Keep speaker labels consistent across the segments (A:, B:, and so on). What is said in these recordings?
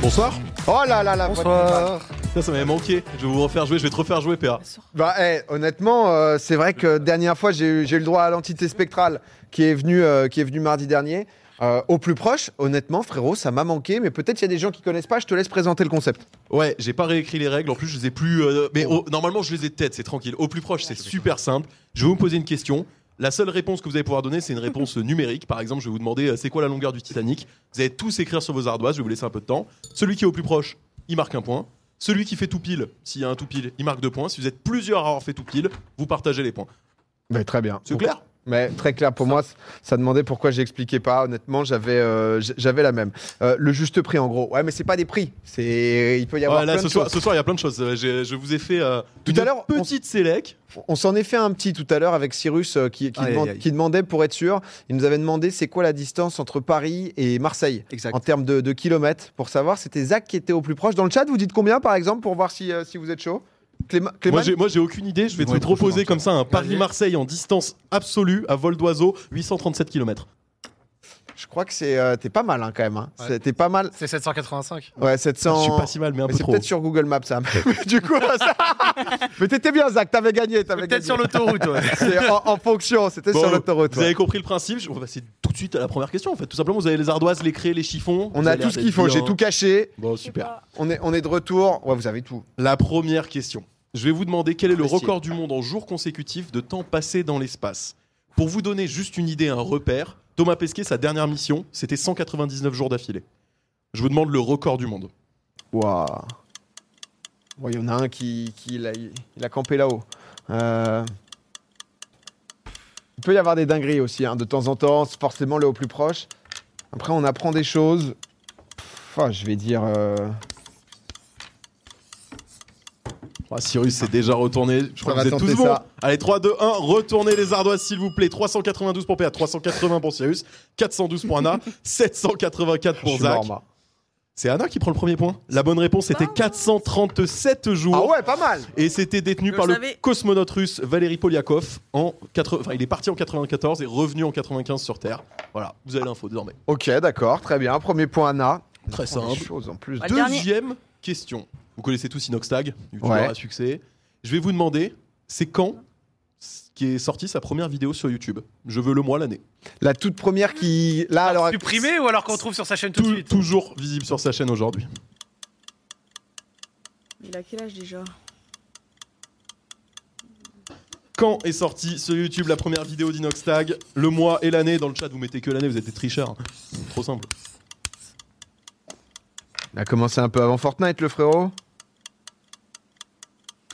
A: Bonsoir.
B: Oh là là là,
C: Bonsoir.
A: Ça, ça m'avait manqué. Je vais vous refaire jouer, je vais te refaire jouer, PA.
B: Bah, eh, honnêtement, euh, c'est vrai que dernière fois, j'ai eu j'ai eu le droit à l'entité spectrale qui est venue, euh, qui est venue mardi dernier. Euh, au plus proche, honnêtement, frérot, ça m'a manqué, mais peut-être il y a des gens qui connaissent pas. Je te laisse présenter le concept.
A: Ouais, j'ai pas réécrit les règles. En plus, je les ai plus. euh, mais au- normalement, je les ai de tête, c'est tranquille. Au plus proche, c'est super simple. Je vais vous poser une question. La seule réponse que vous allez pouvoir donner, c'est une réponse numérique. Par exemple, je vais vous demander euh, c'est quoi la longueur du Titanic. Vous allez tous écrire sur vos ardoises, je vais vous laisser un peu de temps. Celui qui est au plus proche, il marque un point. Celui qui fait tout pile, s'il y a un tout pile, il marque deux points. Si vous êtes plusieurs à avoir fait tout pile, vous partagez les points.
B: Mais très bien.
A: C'est clair
B: Mais très clair pour moi, c- ça demandait pourquoi j'expliquais pas. Honnêtement, j'avais euh, j- j'avais la même. Euh, le juste prix, en gros. Ouais, mais c'est pas des prix. C'est il peut y avoir
A: Ouais, là,
B: plein
A: ce
B: de
A: soir,
B: choses.
A: ce soir, il y a plein de choses. Euh, j'ai- Je vous ai fait euh,
B: Tout
A: une
B: à l'heure, on-
A: petite sélec.
B: On s'en est fait un petit tout à l'heure avec Cyrus euh, qui, qui
C: Aïe,
B: demande-
C: aïe, aïe.
B: qui demandait pour être sûr. Il nous avait demandé c'est quoi la distance entre Paris et Marseille.
C: Exact.
B: en termes de, de kilomètres pour savoir. C'était Zach qui était au plus proche. Dans le chat, vous dites combien par exemple pour voir si, euh, si vous êtes chaud Cléma- Clément
A: Moi j'ai, moi, j'ai aucune idée, je vais
C: Ils vont
A: te
C: être au fond dans
A: proposer
C: le
A: comme ça un
C: Vas-y.
A: Paris-Marseille en distance absolue à vol d'oiseau, 837 km.
B: Je crois que c'est euh, t'es pas mal hein, quand même. hein.
D: Ouais.
B: C'est- T'es pas mal.
D: C'est 785.
B: Ouais,
A: Je
B: 700.
A: suis pas si mal, mais un
B: Mais
A: peu
B: c'est
A: trop.
B: peut-être sur Google Maps ça. Mais du coup, ça- mais t'étais bien Zach, t'avais gagné. T'avais
D: Peut-être
B: gagné.
D: sur l'autoroute. ouais.
B: C'est en, en fonction, c'était
A: Bon,
B: sur l'autoroute.
A: Vous
B: ouais.
A: avez compris le principe, je- on va passer tout de suite à la première question en fait. Tout simplement, vous avez les ardoises, les craies, les chiffons.
B: On
A: Vous
B: a
A: avez
B: tout
A: l'air
B: ce qu'il
A: d'être
B: faut,
A: bien. hein.
B: j'ai tout caché.
A: Bon, super.
B: On est, on est de retour. Ouais, vous avez tout.
A: La première question. Je vais vous demander quel est le
B: Précis.
A: record du monde en jours consécutifs de temps passé dans l'espace. Pour vous donner juste une idée, un repère, Thomas Pesquet, sa dernière mission, c'était 199 jours d'affilée. Je vous demande le record du monde.
B: Waouh. Bon, il y en a un qui, qui il a, il a campé là-haut. Euh, Il peut y avoir des dingueries aussi, hein, de temps en temps, c'est forcément le au plus proche. Après, on apprend des choses. Pff, ah, je vais dire. euh,
A: Ah, Cyrus s'est déjà retourné. Je crois
B: va
A: que vous êtes
B: tenter
A: tous bons.
B: ça.
A: Allez, 3, 2, 1. Retournez les ardoises, s'il vous plaît. 392 pour PA, 380 pour Cyrus, 412 pour Anna, 784
B: je
A: pour
B: suis
A: Zach.
B: mort, moi.
A: C'est Anna qui prend le premier point. La bonne réponse
E: Ah.
A: était 437 jours.
B: Ah ouais, pas mal.
A: Et c'était détenu
E: Je
A: par
E: le
A: le
E: savais.
A: cosmonaute russe Valéry Polyakov. En 80... enfin, il est parti en 94 et revenu en 95 sur Terre. Voilà, vous avez l'info désormais.
B: Ok, d'accord, très bien. Premier point, Anna. On
A: Très
B: apprend des
A: simple.
B: choses en plus.
E: Ouais. Le dernier.
A: Deuxième question. Vous connaissez tous Inoxtag, youtubeur
B: Ouais.
A: à succès. Je vais vous demander, c'est quand qui est sortie sa première vidéo sur YouTube Je veux le mois, l'année.
B: La toute première qui. Là, alors.
D: Supprimé ou alors qu'on trouve sur sa chaîne tout de
A: Tou-
D: suite
A: Toujours visible sur sa chaîne aujourd'hui.
E: Il a quel âge déjà
A: Quand est sortie sur YouTube la première vidéo d'Inoxtag Le mois et l'année. Dans le chat, vous mettez que l'année, vous êtes des tricheurs. Trop simple.
B: Il a commencé un peu avant Fortnite, le frérot.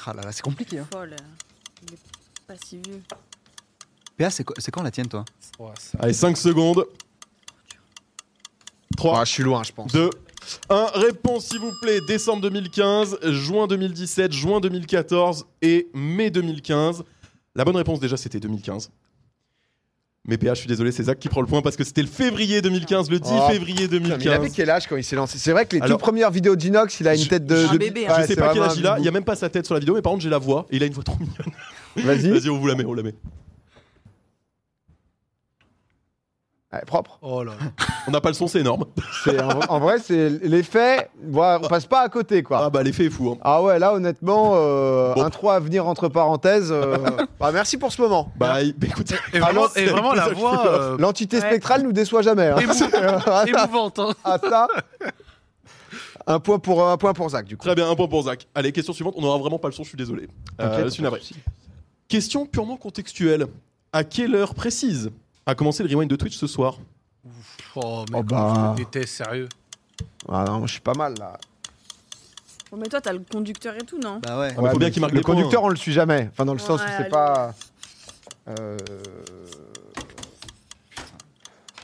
C: Ah là là, c'est compliqué. Hein.
E: Folle. Il est pas si vieux.
C: PA, c'est quoi- c'est quand la tienne, toi
D: Ouais, ça-
A: Allez, 5 secondes. 3,
B: Ah, je suis loin, je pense.
A: 2, 1. Réponse, s'il vous plaît. Décembre 2015, juin 2017, juin 2014 et mai 2015. La bonne réponse, déjà, c'était 2015. Mais PH, je suis désolé, c'est Zach qui prend le point parce que c'était le février 2015, le 10
B: Oh,
A: février
B: Putain, mais il avait
A: 2015.
B: quel âge quand il s'est lancé C'est vrai que les
A: Alors-
B: toutes premières vidéos d'Inox, il a une
A: Je-
B: tête de.
E: Un
B: de-
E: bébé, hein.
B: Ouais,
A: je sais
B: c'est
A: pas quel
B: vraiment
A: âge
B: un
A: il a, il y a
B: bibou.
A: même pas sa tête sur la vidéo, mais par contre j'ai la voix et il a une voix trop mignonne.
B: Vas-y.
A: Vas-y, on vous la met, on la met.
B: Ouais, propre.
D: Oh là là.
A: On n'a pas le son, c'est énorme.
B: C'est- en, en vrai, c'est l'effet. Voilà, on passe pas à côté, quoi.
A: Ah bah l'effet est fou. hein.
B: Ah ouais, là, honnêtement, euh,
A: Bon.
B: un 3 à venir entre parenthèses. euh, bah, merci pour ce moment.
A: Bah écoutez,
D: Et vraiment, et
A: Ah c'est
D: vraiment la
A: bizarre.
D: voix euh,
B: L'entité
E: Ouais.
B: spectrale nous déçoit jamais. hein. Ah, ça-
D: émouvante. hein.
B: ah, ça. Un point pour euh, un point pour Zach, du coup.
A: Très bien, un point pour Zach. Allez, question suivante. On n'aura vraiment pas le son, je suis désolé. Euh,
B: T'inquiète,
A: je suis navré. Question purement contextuelle. À quelle heure précise a commencé le rewind de Twitch ce soir
D: Oh, mais
B: Oh,
D: comment
B: bah.
D: je le déteste, sérieux.
B: Ah non, je suis pas mal là.
E: Bon, mais toi, t'as le conducteur et tout, non
C: Bah ouais.
A: Ah, mais faut bien qu'il marque
B: le
A: des points,
B: conducteur,
A: hein.
B: on le suit jamais. Enfin, dans le sens où
E: Ouais,
B: c'est
E: allez.
B: pas. euh,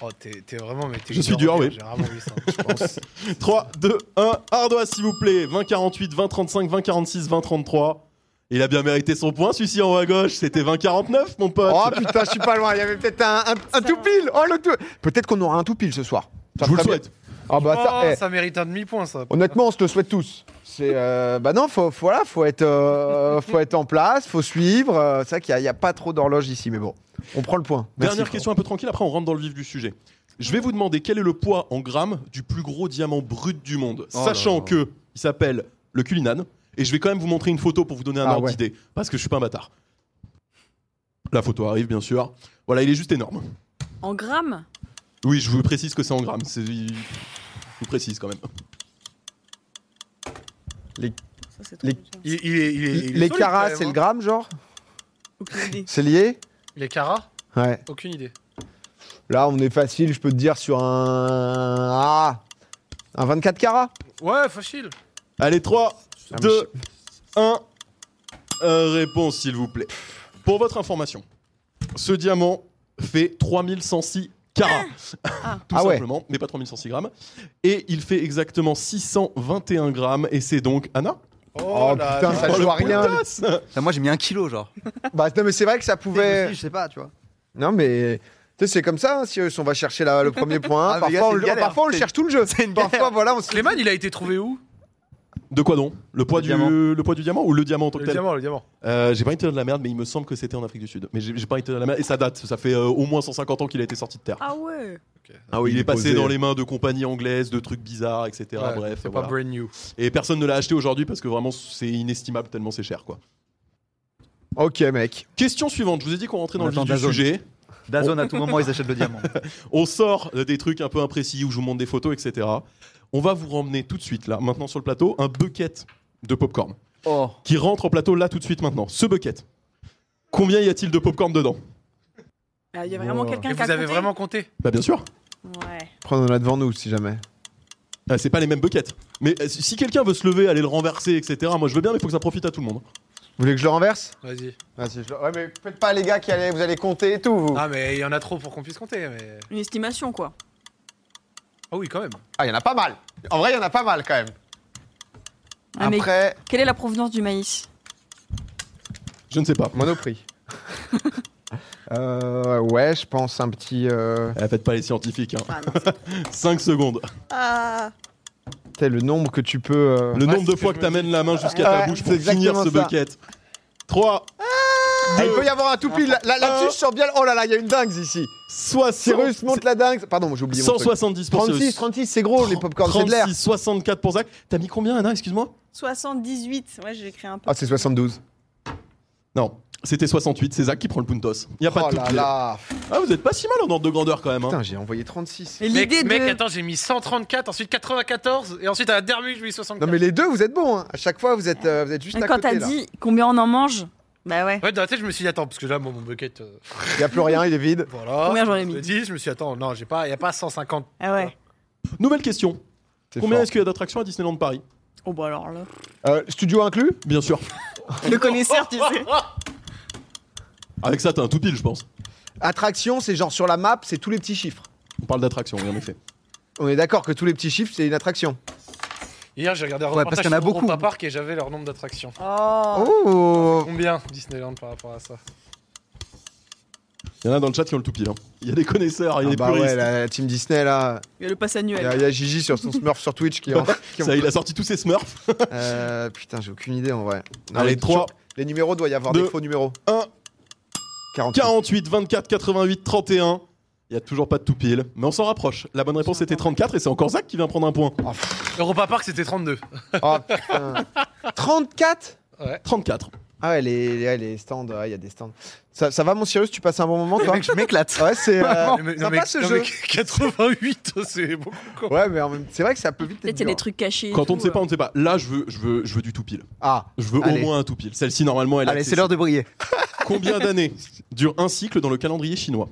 D: Oh, t'es t'es vraiment. Mais t'es
A: Je suis
D: dur,
A: dur, oui.
D: J'ai vraiment vu ça. Je pense.
A: 3, 2, 1. Ardois, s'il vous plaît. 20, 48, 20, 35, 20, 46, 20, 33. Il a bien mérité son point, celui-ci en haut à gauche. C'était 20, 49, mon pote.
B: Oh putain, je suis pas loin. Il y avait peut-être un, un, un
E: Ça
B: tout
E: va.
B: pile. Oh le tout. Peut-être qu'on aura un tout pile ce soir. Ça
A: je vous le
B: ferait bien.
A: souhaite.
B: Ah bah ça.
D: Oh,
B: eh,
D: ça mérite un demi-point, ça.
B: Honnêtement, on se le souhaite tous. C'est euh, bah non, faut, faut- voilà, faut être, euh, faut être en place, faut suivre. euh, c'est vrai qu'il n'y a, il y a pas trop d'horloge ici, mais bon, on prend le point. Merci,
A: Dernière
B: frérot.
A: question un peu tranquille, après on rentre dans le vif du sujet. Je vais vous demander quel est le poids en grammes du plus gros diamant brut du monde,
C: Oh là
A: sachant
C: là.
A: que il s'appelle le Cullinan. Et je vais quand même vous montrer une photo pour vous donner un
B: Ah
A: ordre
B: ouais.
A: d'idée, parce que je suis pas un bâtard. La photo arrive, bien sûr. Voilà, il est juste énorme.
E: En grammes
A: Oui, je vous précise que c'est en grammes. c'est- Je vous précise quand même.
E: Ça, c'est trop
B: Les-
E: bizarre.
D: Il, il est, il est- il est
B: Les
D: solide, quand
B: carats,
D: même,
B: c'est le
D: hein.
B: gramme, genre
E: Aucune idée.
B: C'est lié
D: Les carats
B: Ouais.
D: Aucune idée.
B: Là, on est facile, je peux te dire, sur un. Ah Un 24 carats
D: Ouais, facile.
A: Allez, 3,
B: Ah, mais
A: 2, 1. Euh, réponse, s'il vous plaît. Pour votre information, ce diamant fait 3106 carats. Tout
B: Ah ouais.
A: simplement, mais pas 3106 grammes. Et il fait exactement 621 grammes. Et c'est donc Anna.
B: Oh, putain, ça
A: Oh,
B: joue
A: le
B: à rien.
A: pointasse
C: Putain, moi j'ai mis un kilo, genre.
B: Bah, non, mais c'est vrai que ça pouvait.
C: Je sais pas, tu vois.
B: Non, mais. Tu sais, c'est comme ça, hein, Cyrus, on va chercher la- le premier point.
C: Ah, mais
B: parfois,
C: gars, c'est
B: on,
C: une
B: le-
C: galère.
B: parfois, on le
C: C'est-
B: cherche tout le jeu.
C: c'est une
B: Parfois,
C: galère.
B: voilà, on se
D: Clément, il a été trouvé où
A: De quoi donc le poids,
C: Le
A: du,
C: diamant.
A: le poids du diamant ou le diamant en tant que
D: Le
A: tel
D: diamant, le diamant.
A: Euh, J'ai pas été de la merde, mais il me semble que c'était en Afrique du Sud. Mais j'ai j'ai pas été de la merde. Et ça date, ça fait euh, au moins 150 ans qu'il a été sorti de terre.
E: Ah ouais
B: Ah
A: il est passé dans les mains de compagnies anglaises, de trucs bizarres, etc.
D: Ouais,
A: Bref,
D: C'est
A: voilà.
D: pas brand new.
A: Et personne ne l'a acheté aujourd'hui parce que vraiment c'est inestimable tellement c'est cher quoi.
B: Ok, mec.
A: Question suivante, je vous ai dit qu'on rentrait dans
C: On
A: le vif
C: attend
A: du
C: Dazone.
A: sujet.
C: Dazone, à tout moment, ils achètent le diamant.
A: On sort euh, des trucs un peu imprécis où je vous montre des photos, etc. On va vous ramener tout de suite là, maintenant sur le plateau, un bucket de popcorn
C: Oh,
A: qui rentre au plateau là tout de suite maintenant. Ce bucket. Combien y a-t-il de popcorn dedans
E: Ah, Il y a vraiment
B: Wow.
E: quelqu'un
D: Et
E: qui a
D: vous avez
E: compté
D: vraiment compté
A: Bah bien sûr.
E: Ouais.
B: Prenons-la devant nous, si jamais.
A: Ah, c'est pas les mêmes buckets. Mais euh, si si quelqu'un veut se lever, aller le renverser, etc. Moi je veux bien, mais faut que ça profite à tout le monde.
B: Vous voulez que je le renverse
D: Vas-y.
B: Ouais, mais faites pas les gars qui allez, vous allez compter et tout, vous.
D: Ah, mais il y en a trop pour qu'on puisse compter. Mais...
E: Une estimation, quoi.
D: Ah oui, quand même.
B: Ah, il y en a pas mal. En vrai, il y en a pas mal quand même.
E: Ah, mais
B: Après,
E: quelle est la provenance du maïs
A: Je ne sais pas.
B: Monoprix. euh, ouais, je pense un petit. euh,
A: Eh, faites pas les scientifiques. Hein.
E: Ah non, c'est-
A: 5 secondes.
E: Ah
B: t'sais, le nombre que tu peux. euh,
A: Le
D: Ouais,
A: nombre
D: c'est
A: de
D: ce que
A: fois
D: je
A: que
D: me
A: t'amènes la main jusqu'à
B: Ouais,
A: ta bouche
B: c'est
A: pour finir
B: exactement
A: ce
B: ça.
A: bucket. 3,
B: Ah, il peut y avoir un tout pile. Là- là- Là-dessus, je sens bien. le- Oh là là, il y a une dingue ici.
A: 60,
B: Cyrus monte la dingue. Pardon, j'ai oublié. mon truc.
A: 170 pour
B: 36,
A: Cyrus.
B: 36, c'est gros les popcorn, c'est de l'air.
A: 36, 64 pour Zach. T'as mis combien, Anna, excuse-moi
E: 78, ouais, j'ai écrit un peu.
B: Ah, c'est 72.
A: Non, c'était 68. C'est Zach qui prend le puntos. Y a pas de
B: oh
A: tout
B: là
A: pile.
B: là.
A: Ah, vous êtes pas si mal en ordre de grandeur quand même. hein.
B: Putain, j'ai envoyé 36.
E: Et
D: Mec,
E: l'idée de.
D: mec, attends, j'ai mis 134, ensuite 94, et ensuite à la dernière, minute, je mis 64.
B: Non, mais les deux, vous êtes bons. Hein. À chaque fois, vous êtes, euh, vous êtes juste
E: Mais
B: à
E: quand
B: côté.
E: t'as
B: là.
E: dit combien on en mange, bah ouais.
D: Ouais, dans la tête, je me suis dit, attends, parce que là, moi, mon bucket. euh,
B: Il n'y a plus rien, il est vide.
D: voilà.
E: Combien j'en ai
D: Je
E: mis
D: l'ai dit, je me suis dit, attends, non, j'ai pas, y a pas 150.
E: Ah ouais.
A: Nouvelle question.
B: C'est
A: Combien
B: fort.
A: est-ce qu'il y a d'attractions à Disneyland Paris
E: Oh bah alors là.
B: Euh, Studio inclus
A: Bien sûr.
E: Le connaisseur, tu sais.
A: Avec ça, t'as un tout pile, je pense.
B: Attraction, c'est genre sur la map, c'est tous les petits chiffres.
A: On parle d'attraction, oui, en effet.
B: On est d'accord que tous les petits chiffres, c'est une attraction.
D: Hier, j'ai regardé un
C: Ouais,
D: reportage
C: parce qu'il y en a
D: sur Europa
C: beaucoup.
D: Park et j'avais leur nombre d'attractions.
E: Oh.
B: Oh
D: Combien Disneyland par rapport à ça
A: Il y en a dans le chat qui ont le tout pile. hein. Il y a des connaisseurs, il y a
B: Ah
A: des
B: bah
A: puristes.
B: ouais, la, la team Disney là.
E: Il y a le pass
B: Il y,
E: annuel.
B: a il y a Gigi sur son Smurf sur Twitch qui. est en- qui
A: Ça,
B: en-
A: il a sorti tous ses smurfs.
B: Euh, putain, j'ai aucune idée en vrai. Non,
A: Allez,
B: mais
A: 3,
B: sur- Les numéros doit y avoir
A: Deux.
B: des faux numéros.
A: 1,
B: 48.
A: 48, 24, 88, 31. Il y a toujours pas de tout pile, mais on s'en rapproche. La bonne réponse était 34 et c'est encore Zach qui vient prendre un point.
D: Europa Park, c'était 32.
B: Oh, putain. 34
A: 34.
B: Ah ouais, les, les, ouais, les stands, ouais, il y a des stands. Ça, ça va mon Cyrus, tu passes un bon moment toi
C: mec, je m'éclate.
B: Ouais, c'est
C: Oh,
B: euh,
D: Mais- mais- non,
B: sympa
D: mais-
B: ce
D: non,
B: jeu.
D: mais 88, c'est beaucoup.
B: Ouais, mais en même- c'est vrai que ça peut vite être
E: Peut-être il y a
B: dur.
E: des trucs cachés. et
A: Quand on
E: tout,
A: ne sait pas,
E: euh.
A: on ne sait pas. Là, je veux, je veux, je veux du tout pile.
B: Ah,
A: Je veux
B: Allez.
A: au moins un tout pile. Celle-ci, normalement, elle est
C: Allez, c'est
A: accessible.
C: l'heure de briller.
A: Combien d'années dure un cycle dans le calendrier chinois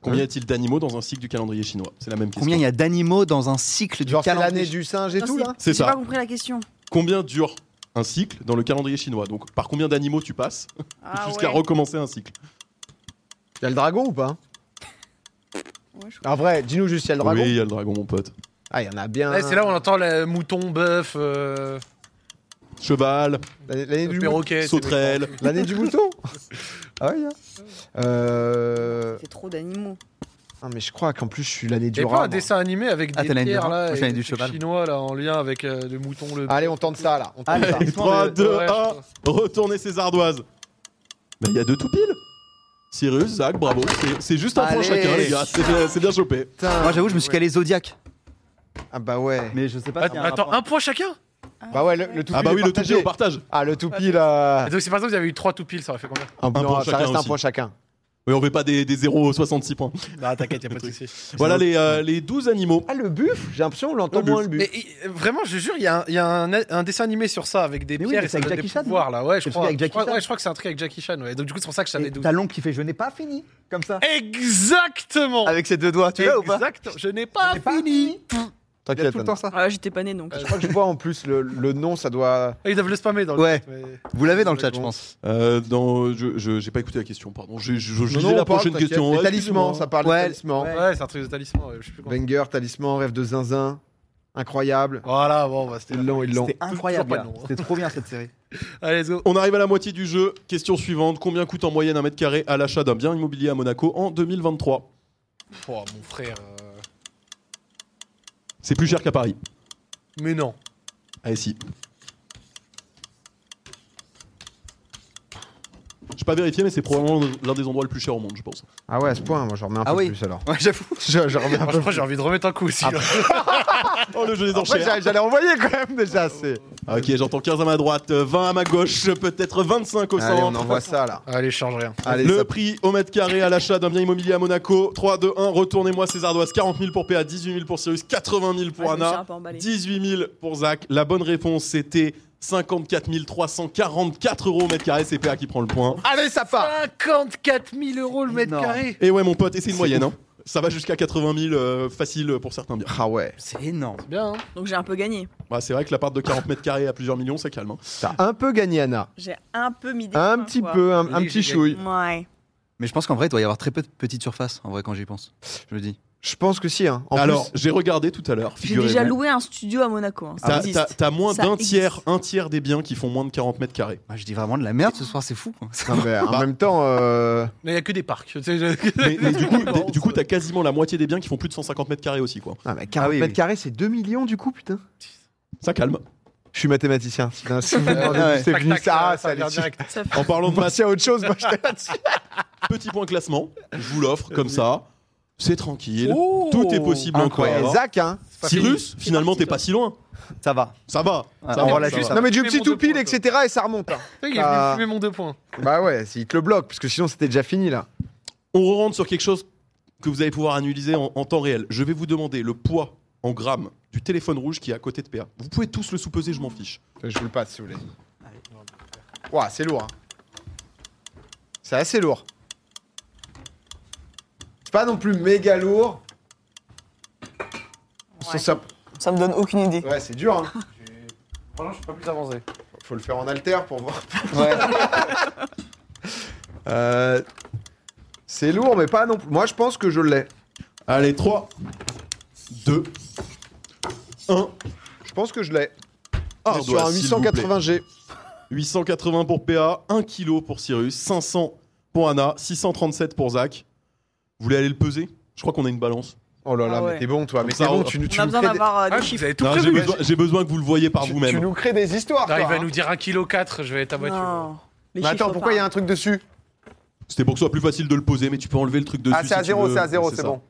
A: Combien y a-t-il d'animaux dans un cycle du calendrier chinois C'est la même question.
C: Hein Combien il y a d'animaux dans un cycle du
B: genre c'est l'année
C: calendrier
B: du singe et
E: Non,
B: tout là
A: C'est
E: J'ai
A: ça.
E: pas compris la question.
A: Combien dure un cycle dans le calendrier chinois Donc, par combien d'animaux tu passes
E: Ah
A: jusqu'à
E: ouais.
A: recommencer un cycle
B: Il y a le dragon ou pas
E: Ouais, je-
B: En vrai, dis-nous juste il y a le dragon.
A: Oui, il y a le dragon, mon pote.
B: Ah, il y en a
C: Euh,
B: bien.
D: Ouais, Eh, c'est là où on entend le mouton, bœuf, euh,
A: Cheval,
B: L'année l'année du, mou-
D: perroquet. c'est-
A: sauterelle.
B: l'année du mouton Ah ouais. hein. Euh...
E: Ça fait trop d'animaux.
B: Ah, mais je crois qu'en plus, je suis l'année
D: Il y
B: du hein.
D: a pas
B: rat.
D: un
B: moi.
D: dessin animé avec des
C: hein. Ah, t'as l'année du
D: pierres
C: rat.
D: là,
C: Moi,
D: avec
C: j'ai l'année
D: des
C: du
D: trucs
C: cheval.
D: chinois là, en lien avec euh, le mouton, le.
B: Allez, on tente ça là. On tente
C: Allez.
B: ça.
A: 3, 2,
D: Ouais, je
A: 1, retournez ses ardoises. Mais il y a deux tout piles. Cyrus, Zach, bravo. C'est- C'est juste un point
B: Allez.
A: chacun, les gars. C'est bien- C'est bien chopé.
B: Putain.
C: Moi, j'avoue, je me suis
B: Ouais.
C: calé Zodiac.
B: Ah bah ouais.
C: Mais je sais pas. s'il y a un
D: Attends,
C: rapport.
D: un point chacun
B: Bah ouais, le, le toupie.
A: Ah bah
B: il est
A: oui, le touché,
B: partagé.
A: on partage.
B: Ah, le toupie
C: Ah.
B: là.
D: Donc, si par exemple, vous avez eu 3 tout pile, ça aurait fait combien
B: Un
A: point
B: non, ça
A: chacun
B: reste un
A: aussi.
B: point chacun.
A: Oui, on fait pas des, des 0,66 points.
D: Bah, t'inquiète, y'a pas de soucis.
A: Voilà les, euh, les 12 animaux.
B: Ah, le buffle J'ai l'impression on l'entend
A: Le buffle.
B: moins le buffle.
D: Mais il- vraiment, je jure, il y a, un, il y a un, un dessin animé sur ça avec des
C: Mais oui,
D: pierres
C: mais
D: et ça
C: c'est avec
D: donne des
C: Jackie Chan,
D: pouvoirs là. Ouais, je
C: C'est le
D: crois.
C: truc avec
D: je crois-
C: Jackie Chan.
D: ouais, je crois que c'est un truc avec Jackie Chan. Ouais. Donc, du coup, c'est pour ça que je savais
C: Et
D: d'où.
C: Talon qui fait je n'ai pas fini. Comme ça.
D: Exactement
C: Avec ses deux doigts, Ah, tu l'as ou pas
D: Exact, je n'ai pas.
C: J'ai pas fini. Il y a
B: T'inquiète.
C: tout le
B: Anne.
C: temps ça.
E: Ah, là, j'étais pas né donc.
B: Je crois que je vois en plus le, le nom, ça doit.
D: Ils doivent le spammer dans le
C: Ouais.
D: chat, mais-
C: Vous l'avez dans le chat,
B: Bon.
C: je pense.
A: Euh, dans, je, je- j'ai pas écouté la question, pardon. Je, je, je lisais la
B: Non, on parle,
A: prochaine
B: t'inquiète.
A: question.
B: Les
A: Ouais,
B: talismans, ça
A: excusez-moi.
B: parle
C: Ouais.
B: de talismans.
C: Ouais.
D: Ouais, c'est un truc de talisman. ouais, Je suis plus content.
B: Banger, talisman, rêve de zinzin. Incroyable.
D: Voilà, bon, bah, c'était.
B: Ils l'ont, ils l'ont.
C: C'était incroyable.
D: toujours pas
C: gars.
D: le nom.
C: C'était trop bien cette série.
D: Allez, let's go.
A: On arrive à la moitié du jeu. Question suivante. Combien coûte en moyenne un mètre carré à l'achat d'un bien immobilier à Monaco en 2023
D: Oh, mon frère. euh,
A: C'est plus cher qu'à Paris.
D: Mais non.
A: Allez, si. J'ai pas vérifié, mais c'est probablement l'un des endroits le plus cher au monde, je pense.
B: Ah ouais, à ce point, moi je remets un
C: Ah
B: peu
C: oui.
B: plus alors.
C: Ouais, j'avoue.
B: Je, je remets un peu plus.
D: Moi, je
C: Ah, bah,
D: crois que j'ai envie de remettre un coup aussi. hein.
B: Ah,
D: là.
A: Oh, le jeu des
B: Après,
A: enchères
B: j'allais- j'allais envoyer quand même déjà. C'est...
A: Ok, j'entends 15 à ma droite, 20 à ma gauche, peut-être 25 au
B: Allez,
A: centre.
B: on envoie ça là.
C: bah.
D: Allez, change rien.
B: Allez,
A: le
B: ça-
A: prix au mètre carré à l'achat d'un bien immobilier à Monaco. 3, 2, 1, retournez-moi ces ardoises. 40 000 pour PA, 18 000 pour Cyrus, 80 000 pour
E: Ouais, je me suis
A: Anna,
E: un peu emballée.
A: 18 000 pour Zach. La bonne réponse, c'était 54 344 euros au mètre carré. C'est PA qui prend le point.
B: Allez, ça part.
D: 54 000 euros le mètre
C: Non.
D: carré.
A: Et ouais, mon pote, et c'est une
B: C'est
A: moyenne. hein. Ça va jusqu'à 80 000 euh, facile pour certains biens.
B: Ah ouais.
C: C'est énorme.
D: Bien. hein.
E: Donc j'ai un peu gagné.
A: Bah, c'est vrai que l'appart de 40 mètres carrés à plusieurs millions, ça calme. hein.
B: T'as un peu gagné, Anna.
E: J'ai un peu mis des
B: Un
E: points,
B: petit
E: quoi.
B: peu, un,
D: Vous
B: un
D: voulez que
B: petit
D: j'ai
B: chouille.
E: Ouais.
C: Mais je pense qu'en vrai, il doit y avoir très peu de petites surfaces. En vrai, quand j'y pense, je me dis.
B: Je pense que si. Hein. En
A: Alors,
B: plus,
A: j'ai regardé tout à l'heure.
E: J'ai déjà
A: figurez-vous.
E: loué un studio à Monaco. hein, Ça
A: T'as-
E: existe.
A: T'as t'as moins
E: Ça
A: d'un
E: existe.
A: tiers, un tiers des biens qui font moins de 40 mètres carrés.
C: Ah, je dis vraiment de la merde ce soir, c'est fou. quoi.
B: non, mais en même temps, euh,
D: Mais il n'y a que des parcs. Tu sais, je-
A: Mais, mais du coup,
D: Non,
A: t'as- du coup, t'as quasiment la moitié des biens qui font plus de 150 mètres carrés aussi, quoi.
B: ah, mais 40
C: Ah oui,
B: mètres
C: oui.
B: carrés, c'est 2 millions du coup, putain.
A: Ça calme.
B: Je suis mathématicien. Si vous me demandez
C: Ouais.
B: d'où c'est
D: Tac,
B: venu,
D: tac,
B: ça,
D: ça
B: ça
D: vient
B: allait-
D: direct.
E: Ça fait-
A: En parlant
B: On
A: de maths,
B: pensait à autre chose, moi j'étais là-dessus.
A: petit point classement. Je vous l'offre comme ça. C'est tranquille.
D: Oh.
A: Tout est possible encore.
B: Incroyable. Zach, hein.
D: C'est pas fini.
A: Cyrus, finalement, t'es pas si loin.
C: Ça va.
A: Ça va.
C: Ouais,
A: ça
C: on
A: va,
C: relâche
A: ça va.
C: ça.
B: Non, mais du
D: Mais
B: petit
D: mon deux
B: toupil,
D: points,
B: etc., et ça remonte. hein.
D: Tu sais, Il est
B: Bah.
D: venu fumer mon deux points.
B: bah ouais, s'il te le bloque, parce que sinon c'était déjà fini là.
A: On rentre sur quelque chose que vous allez pouvoir analyser en, en temps réel. Je vais vous demander le poids en grammes du téléphone rouge qui est à côté de PA. Vous pouvez tous le sous-peser, je m'en fiche.
B: Euh, Je vous le passe si vous voulez. Ouah, c'est lourd. hein. C'est assez lourd. C'est pas non plus méga lourd. Ça,
E: Ouais.
B: ça-
E: Ça me donne aucune idée.
B: Ouais, c'est dur, hein.
D: Franchement, je suis pas plus avancé.
B: Faut le faire en alter pour voir.
C: Ouais.
B: Euh, C'est lourd, mais pas non plus. Moi, je pense que je l'ai.
A: Allez, 3, 2, 1.
B: Je pense que je l'ai.
A: Ah,
B: C'est sur un 880G.
A: 880 pour PA, 1 kg pour Cyrus, 500 pour Anna, 637 pour Zach. Vous voulez aller le peser Je crois qu'on a une balance.
B: Oh là là,
E: Ah ouais.
B: mais t'es bon, toi. Mais
A: ça,
B: t'es bon,
A: on-
B: tu, nous- tu
E: On a
B: nous
E: besoin
B: crées des-
E: d'avoir euh,
D: Ah,
E: des chiffres.
D: vous avez tout
A: Non, J'ai
D: prévu.
A: besoin, j'ai besoin que vous le voyez par
B: tu- tu
A: vous-même.
B: nous crées des histoires,
D: Ah,
B: toi,
D: Il va
B: hein.
D: nous dire 1,4 kg, je vais être abattu.
E: Non. Les
B: Mais attends,
E: chiffres
B: pourquoi il y a un truc dessus
A: C'était pour que ce soit plus facile de le poser, mais tu peux enlever le truc dessus.
B: Ah, c'est
A: si
B: à
A: tu
B: zéro,
A: veux.
B: c'est à zéro, c'est
A: ça.
B: bon.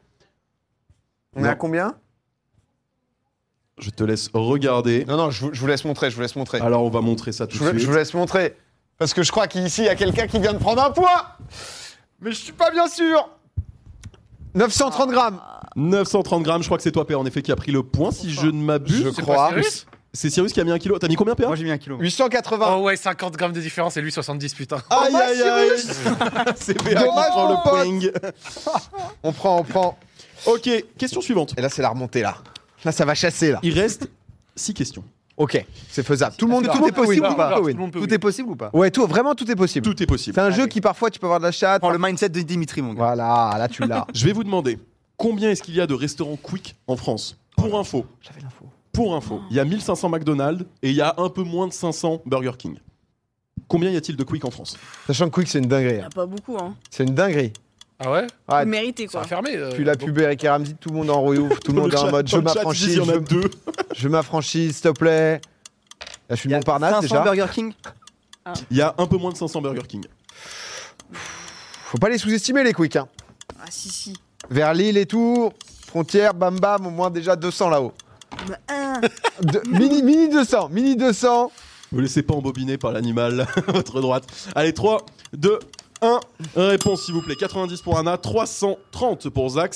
B: On est à
A: Non.
B: combien
A: Je te laisse regarder.
B: Non, non, je vous, je vous laisse montrer, je vous laisse montrer.
A: Alors, on va montrer ça tout
B: je, vous,
A: de
B: je
A: suite.
B: vous laisse montrer. Parce que je crois qu'ici, il y a quelqu'un qui vient de prendre un point Mais je suis pas bien sûr 930 grammes
A: Ah. 930 grammes, je crois que c'est toi, PA, en effet, qui a pris le point, si je ne m'abuse.
D: C'est pas
B: crois.
D: sérieux
A: C'est Cyrus qui a mis un kilo. T'as mis combien, PA
C: Moi, j'ai mis un kilo.
B: 880
D: Oh ouais, 50 grammes de différence et lui 70, putain.
A: Aïe,
B: bah,
A: aïe, aïe C'est PA qui
B: Dommage,
A: prend
B: mon pote.
A: le point.
B: On prend, on prend.
A: Ok, question suivante.
B: Et là, c'est la remontée, là. Là, ça va chasser, là.
A: Il reste 6 questions.
B: Ok, c'est faisable. Tout le monde, tout le
C: Tout est
B: monde peut win, tout
C: possible ou
B: le monde
C: pas
B: peut
D: Tout le
B: win.
D: monde peut
C: Tout
D: oui.
C: est possible ou pas
B: Ouais, tout, vraiment, tout est possible.
A: Tout est possible.
B: C'est un
C: Allez.
B: jeu qui, parfois, tu peux avoir de la chatte.
C: Prends le mindset de Dimitri, mon gars.
B: Voilà, là, tu l'as.
A: Je vais vous demander combien est-ce qu'il y a de restaurants quick en France Pour info,
B: J'avais l'info.
A: pour info, il y a 1500 McDonald's et il y a un peu moins de 500 Burger King. Combien y a-t-il de quick en France
B: Sachant que Quick, c'est une dinguerie.
E: Il y
B: hein.
E: a pas beaucoup, hein.
B: C'est une dinguerie.
D: Ah ouais
B: Ouais,
E: Mérité,
D: Ça
E: quoi.
D: a fermé. euh,
B: Puis la
D: donc-
B: pub Eric et Ramsey, tout le monde en rouillou, tout le
A: Dans
B: monde est en
A: chat-
B: mode
A: dans
B: je
A: le chat, ils
B: m'affranchis,
A: disent, Il y en a
B: je,
A: deux.
B: je m'affranchis, s'il te plaît. Là, je suis
C: Il y
B: de
C: a
B: Montparnasse
C: 500
B: déjà.
C: Burger King.
A: Il y a un peu moins de 500 Burger King.
B: Faut pas les sous-estimer, les quicks. hein.
E: Ah si, si.
B: Vers Lille et tout, frontière, bam bam, au moins déjà 200 là-haut.
E: Bah, un.
B: De- mini, mini 200, mini 200.
A: Vous laissez pas embobiner par l'animal à votre droite. Allez, 3, 2, 1. Réponse, s'il vous plaît. 90 pour Anna, 330 pour Zach,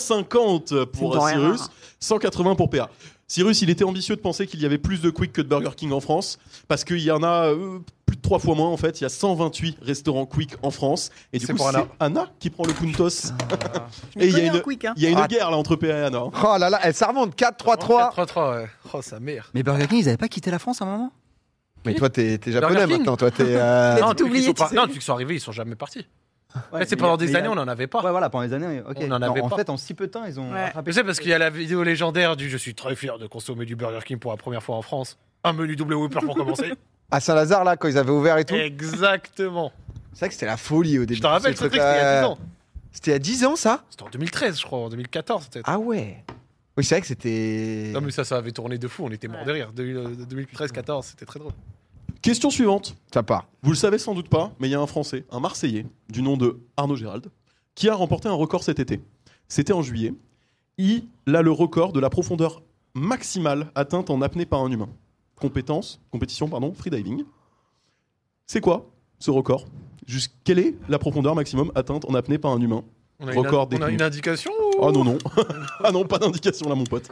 A: 750 pour
E: C'est rien.
A: Cyrus, 180 pour PA. Cyrus, il était ambitieux de penser qu'il y avait plus de Quick que de Burger King en France, parce qu'il y en a euh, plus de 3 fois moins en fait. Il y a 128 restaurants Quick en France. Et du
D: C'est
A: coup,
D: pour Anna.
A: c'est Anna qui prend le Puntos.
E: Je
A: Et il
E: me
A: y a
E: connais en
A: une,
E: quick, hein.
A: il y a une
B: Ah.
A: guerre là entre PA et Anna. hein.
B: Oh là là, eh, ça remonte, 4-3-3.
D: 3-3, ouais. Oh, sa mère.
C: Mais Burger King, ils avaient pas quitté la France à un moment
B: Mais toi, t'es t'es japonais
D: Burger King.
B: maintenant, toi, t'es. euh,
E: Mais
D: non,
E: t'as
D: depuis qu'ils
E: oublié,
D: sont,
E: tu
D: par-
E: sais.
D: non, depuis qu'ils sont arrivés, ils sont jamais partis. En fait, c'est pendant des années, on n'en avait pas.
C: Ouais, voilà, pendant des années. ok.
D: On en
C: Non,
D: avait
C: En
D: pas.
C: fait, en si peu de temps, ils ont
E: Ouais.
C: rattrapé.
D: Tu sais, parce qu'il y a la vidéo légendaire du Je suis très fier de consommer du Burger King pour la première fois en France. Un menu double Whopper pour commencer.
B: À Saint-Lazare, là, quand ils avaient ouvert et tout.
D: Exactement.
B: C'est vrai que c'était la folie au début.
D: Eh. Je te rappelle,
B: Ce
D: ce truc,
B: truc-là,
D: c'était il y a 10 ans.
B: C'était il y a 10 ans, ça
D: C'était en 2013, je crois, en 2014 peut-être.
B: Ah ouais. Oui, c'est vrai que c'était.
D: Non, mais ça, ça avait tourné de fou, on était mort
E: Ouais.
D: de rire. euh, 2013-14, c'était très drôle.
A: Question suivante.
B: Ça part.
A: Vous le savez sans doute pas, mais il y a un Français, un Marseillais, du nom de Arnaud Gérald, qui a remporté un record cet été. C'était en juillet. Il a le record de la profondeur maximale atteinte en apnée par un humain. Compétence, compétition, pardon, freediving. C'est quoi ce record Jusqu- Quelle est la profondeur maximum atteinte en apnée par un humain
D: On a, une,
A: Record
D: on a
A: détenu.
D: une indication
A: Oh non, non. ah non, pas d'indication là, mon pote.